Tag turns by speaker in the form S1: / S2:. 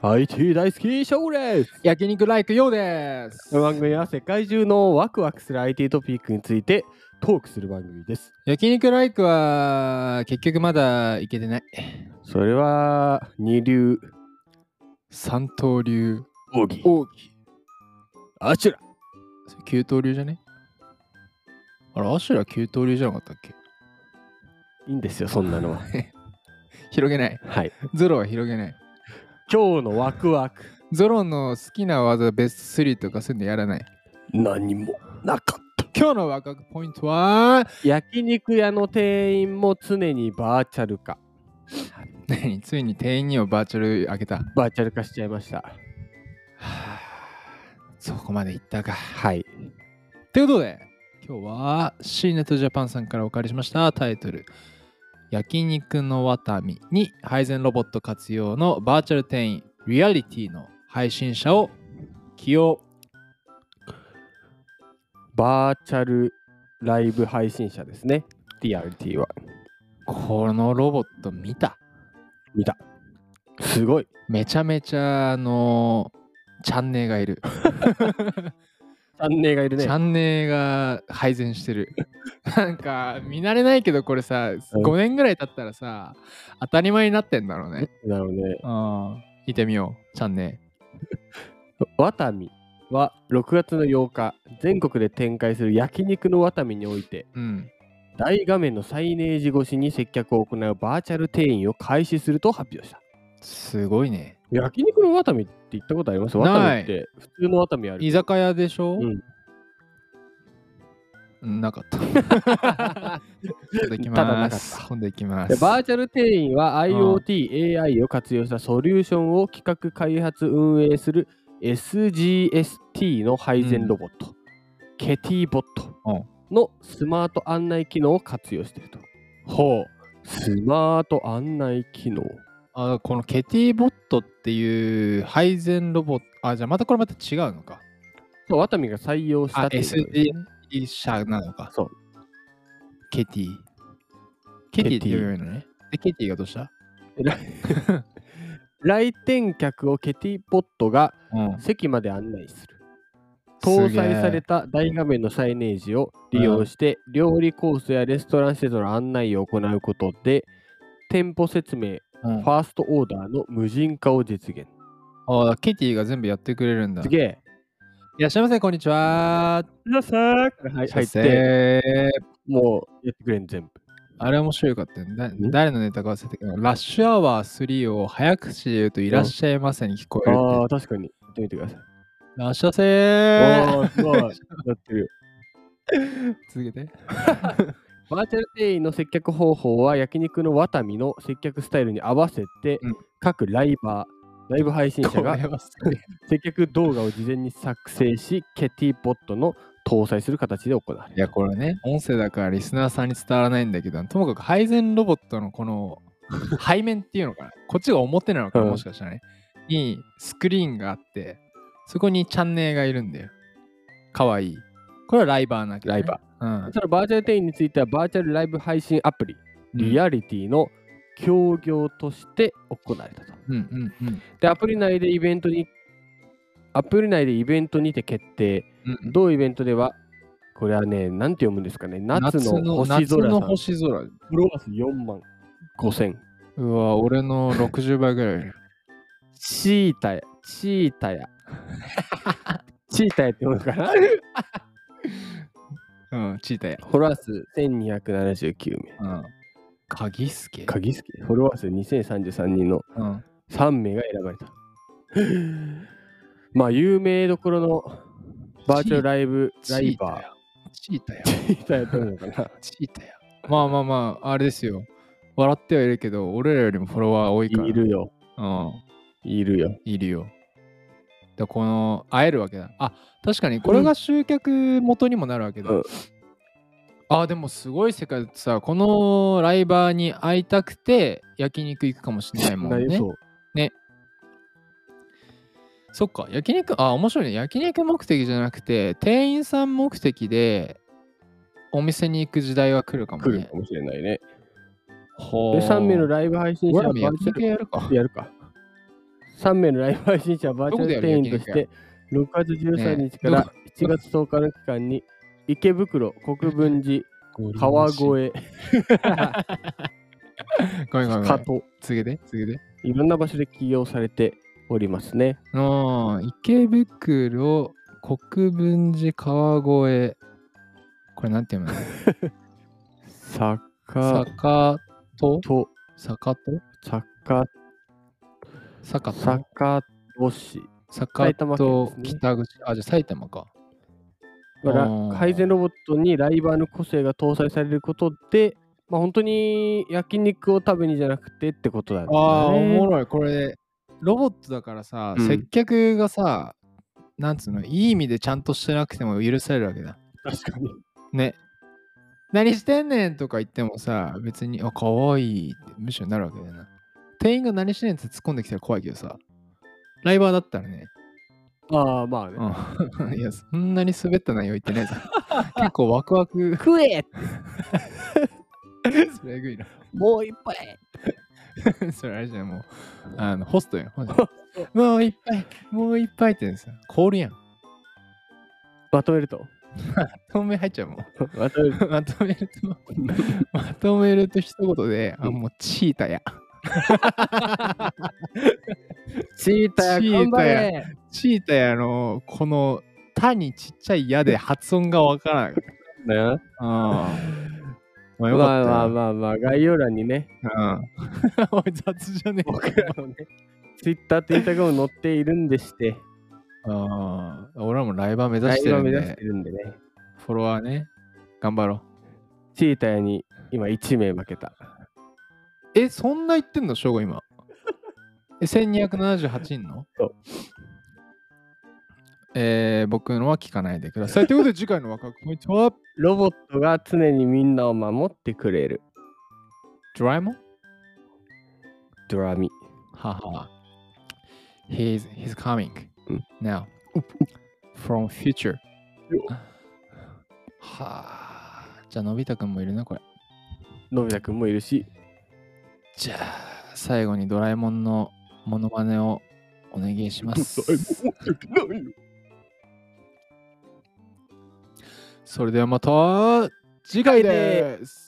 S1: IT 大好き翔吾です
S2: 焼肉ライクようです
S1: この番組は世界中のワクワクする IT トピックについてトークする番組です
S2: 焼肉ライクは結局まだいけてない
S1: それは二流
S2: 三刀流
S1: 奥義
S2: 奥義
S1: あちら
S2: それ九刀流じゃねあれアシュラ九刀流じゃなかったっけ
S1: い いんですよそんなのは
S2: 広げない
S1: はい
S2: ゾロは広げない
S1: 今日のワクワク
S2: ゾロの好きな技ベスト3とかそういうのやらない
S1: 何もなかっ
S2: 今日のワクワクポイントは
S1: た焼肉屋の店員も常にバーチャル化
S2: 何ついに店員にもバーチャル開けたは
S1: バーチャル化しちゃいました
S2: あそこまでいったか
S1: はい
S2: ということで今日は C ネットジャパンさんからお借りしましたタイトル「焼肉のワタミ」に配膳ロボット活用のバーチャル店員リアリティの配信者を起用
S1: バーチャルライブ配信者ですねリアリティは
S2: このロボット見た
S1: 見たすごい
S2: めちゃめちゃあのチャンネルがいる、
S1: チャンネルがいるね
S2: チャンネルが配膳してる なんか見慣れないけどこれさ
S1: ん
S2: 5年ぐらい経ったらさ当たり前になってんだろうね
S1: なので
S2: うん見てみようチャンネル
S1: ワタミは6月の8日全国で展開する焼肉のワタミにおいて
S2: うん
S1: 大画面のサイネージ越しに接客を行うバーチャル店員を開始すると発表した
S2: すごいね。
S1: 焼肉のワタミって言ったことありますワ
S2: ない
S1: タミって普通のワタミある
S2: 居酒屋でしょ、な かった。今度行き
S1: ただな
S2: ま
S1: かっ
S2: す。
S1: た
S2: 今度行きま。
S1: ですバーチャル店員は IoT、AI を活用したソリューションを企画開発運営する SGST の配膳ロボット、ケティボットのスマート案内機能を活用していると。ほう。スマート案内機能。
S2: あこのケティボットっていう配膳ロボット。あ、じゃあまたこれまた違うのか。
S1: そう、ワタミが採用した
S2: あ、
S1: っていうことですね
S2: SG 社なのか。
S1: そう。
S2: ケティ。ケティ
S1: ケ
S2: って
S1: ティ
S2: 呼べるのね。で、ケティがどうした
S1: 来店客をケティボットが
S2: うん。
S1: 席まで案内する。搭載され
S2: た。
S1: た大画面のサイネージを利用して料理コースやレストラン施設の案内を行うことで店舗説明、
S2: うん
S1: ファーストオーダーの無人化を実現。
S2: あ、ケティが全部やってくれるんだ。
S1: す
S2: い
S1: げえ。
S2: らっしゃいませ、こんにちは。
S1: らさーはい入って、
S2: て。
S1: もうやってくれん全部。
S2: あれ面白かったよね。だ
S1: ん
S2: 誰のネタか忘れたけど、ラッシュアワー3を早口で言うといらっしゃいませに聞こえるって
S1: ああ、確かに。やってみてください。
S2: ラッシャせー
S1: おー、すごい。やってる。
S2: 続けて。
S1: バーチャル店員の接客方法は焼肉のワタミの接客スタイルに合わせて、
S2: うん
S1: 各ライバー、ライブ配信者
S2: こ
S1: が
S2: れはすご い
S1: 接客動画を事前に作成し、ケティボットの搭載する形で行われ
S2: いや、これね、音声だからリスナーさんに伝わらないんだけど、ともかく配膳ロボットのこの背面っていうのかな、 こっちが表なのかな、
S1: うん
S2: もしかしたらね、にスクリーンがあって、そこにチャンネルがいるんだよ。かわいい。これはライバーなきゃ、
S1: ライバ
S2: ー。う
S1: る。
S2: ん。
S1: そのバーチャル店員については、バーチャルライブ配信アプリ、リ
S2: ア
S1: アリティの協業として行われたと。
S2: うんうんうん
S1: で、アプリ内でイベントに、アプリ内でイベントにて決定。
S2: うん。
S1: 同イベントでは、これはね、なんて読むんですかね、夏の星空さ
S2: 夏の
S1: ん、
S2: 星
S1: フ
S2: 空
S1: ロアス4万5千。
S2: うわ、俺の60倍ぐらいいる。
S1: チータヤ、チータヤ。チータヤって読むのかな
S2: うん、チータや。
S1: フォロワー数1279名。
S2: うん。鍵すけ。
S1: 鍵付け。フォロワー数2033人の
S2: うん。
S1: 3名が選ばれた。 まあ、有名どころのバーチャルライブ、ライバ
S2: ー。チータ や。
S1: ー。チータヤって読むのかな
S2: チータや。まあまあまあ、あれですよ。笑ってはいるけど、俺らよりもフォロワー多いか ら。
S1: い。るよ。
S2: うん。
S1: いるよ。
S2: いるよ。だこの、会えるわけだ。あ、確かに、これが集客元にもなるわけだ。
S1: うん
S2: あ、でもすごい世界だってさ、このライバーに会いたくて、焼肉行くかもしれないもんね。
S1: そう
S2: そっか、焼肉、あ、面白いね。焼肉目的じゃなくて、店員さん目的でお店に行く時代は来るかも
S1: 来る
S2: ね
S1: か。もしれないね。
S2: ほ
S1: で、3名の
S2: ラ
S1: ライブ配信
S2: イ
S1: 者
S2: ブ
S1: は
S2: ラ
S1: バーチ
S2: 焼
S1: ャ
S2: 肉
S1: ル
S2: やるか。
S1: やるか。 3名のライブ配信者はバーチャル店員とし
S2: どこでや
S1: て、6月13日から
S2: ね
S1: 7月10日の期間に、池袋、国分寺、川
S2: 川
S1: 越
S2: 越。ごめんごめんごめ
S1: 加
S2: ん。
S1: 藤、
S2: 次で、次で。
S1: いろんな場所で起用されておりますね。
S2: うん、池袋、国分寺、川越。これなんて読むの
S1: 坂
S2: 坂戸
S1: と、
S2: 坂戸
S1: 坂、
S2: 坂戸
S1: 坂戸市。
S2: 坂
S1: 埼玉
S2: 戸、
S1: 県ですね
S2: 北口。あ、じゃあ埼玉か。
S1: だか
S2: あー
S1: ら配膳ロボットにライバーの個性が搭載されることで、まあ、本当に焼肉を食べにじゃなくてってことだよね。
S2: ああー、おもろい。これ、ロボットだからさ、
S1: うん
S2: 接客がさ、なんつうの、いい意味でちゃんとしてなくても許されるわけだ。
S1: 確かに。
S2: ね。何してんねんとか言ってもさ、別に、あ、かわいいってむしろなるわけだよな。店員が何してんねんって突っ込んできたら怖いけどさ、ライバーだったらね、
S1: ああ、まあね。
S2: うん、 いや、そんなに滑った内容言って ないぞ。結構ワクワク。
S1: 食え
S2: それえぐいな。
S1: もう一杯
S2: それあれじゃん、もう、あの、ホスト やん。ホストもういっぱい、もういっぱいって言うんですよ。コールやん。
S1: まとめると。
S2: 透明入っちゃうもん。
S1: まとめると。
S2: まとめると、 まとめると一言で、あ、
S1: うん
S2: もうチータや。
S1: チータや、
S2: チータや
S1: 頑張れ
S2: チータやの、この、他にちっちゃい矢で発音がわからない。
S1: ね、
S2: うん。 まあよ
S1: ま
S2: か
S1: あ
S2: った
S1: まあ
S2: よ。
S1: まあまあ、概要欄にね、
S2: うん。 おい、雑じゃね え
S1: 僕らのね、ツイッターとインスタグラム載っているんでして、
S2: ああ、俺らもライバー目指
S1: ラ
S2: し
S1: イ
S2: て
S1: ブ
S2: る
S1: を
S2: ん
S1: 目
S2: で、
S1: 指してるんでね、
S2: フォロワーね、頑張ろ
S1: チータやに今1名負けた。
S2: う。え、そんな言ってんの、翔吾今。え、1278いんの
S1: そう
S2: えー、僕のは聞かないでください。ということで、次回のワクワクポイントは、
S1: ロボットが常にみんなを守ってくれる。
S2: ドラえもん
S1: ドラミ。
S2: Haha. He's he's coming
S1: Mm.
S2: now from future.
S1: よ
S2: はあ。じゃあのび太くんもいるなこれ。
S1: のび太くんもいるし、
S2: じゃあ最後にドラえもんのモノマネをお願い します。それではまた次回です。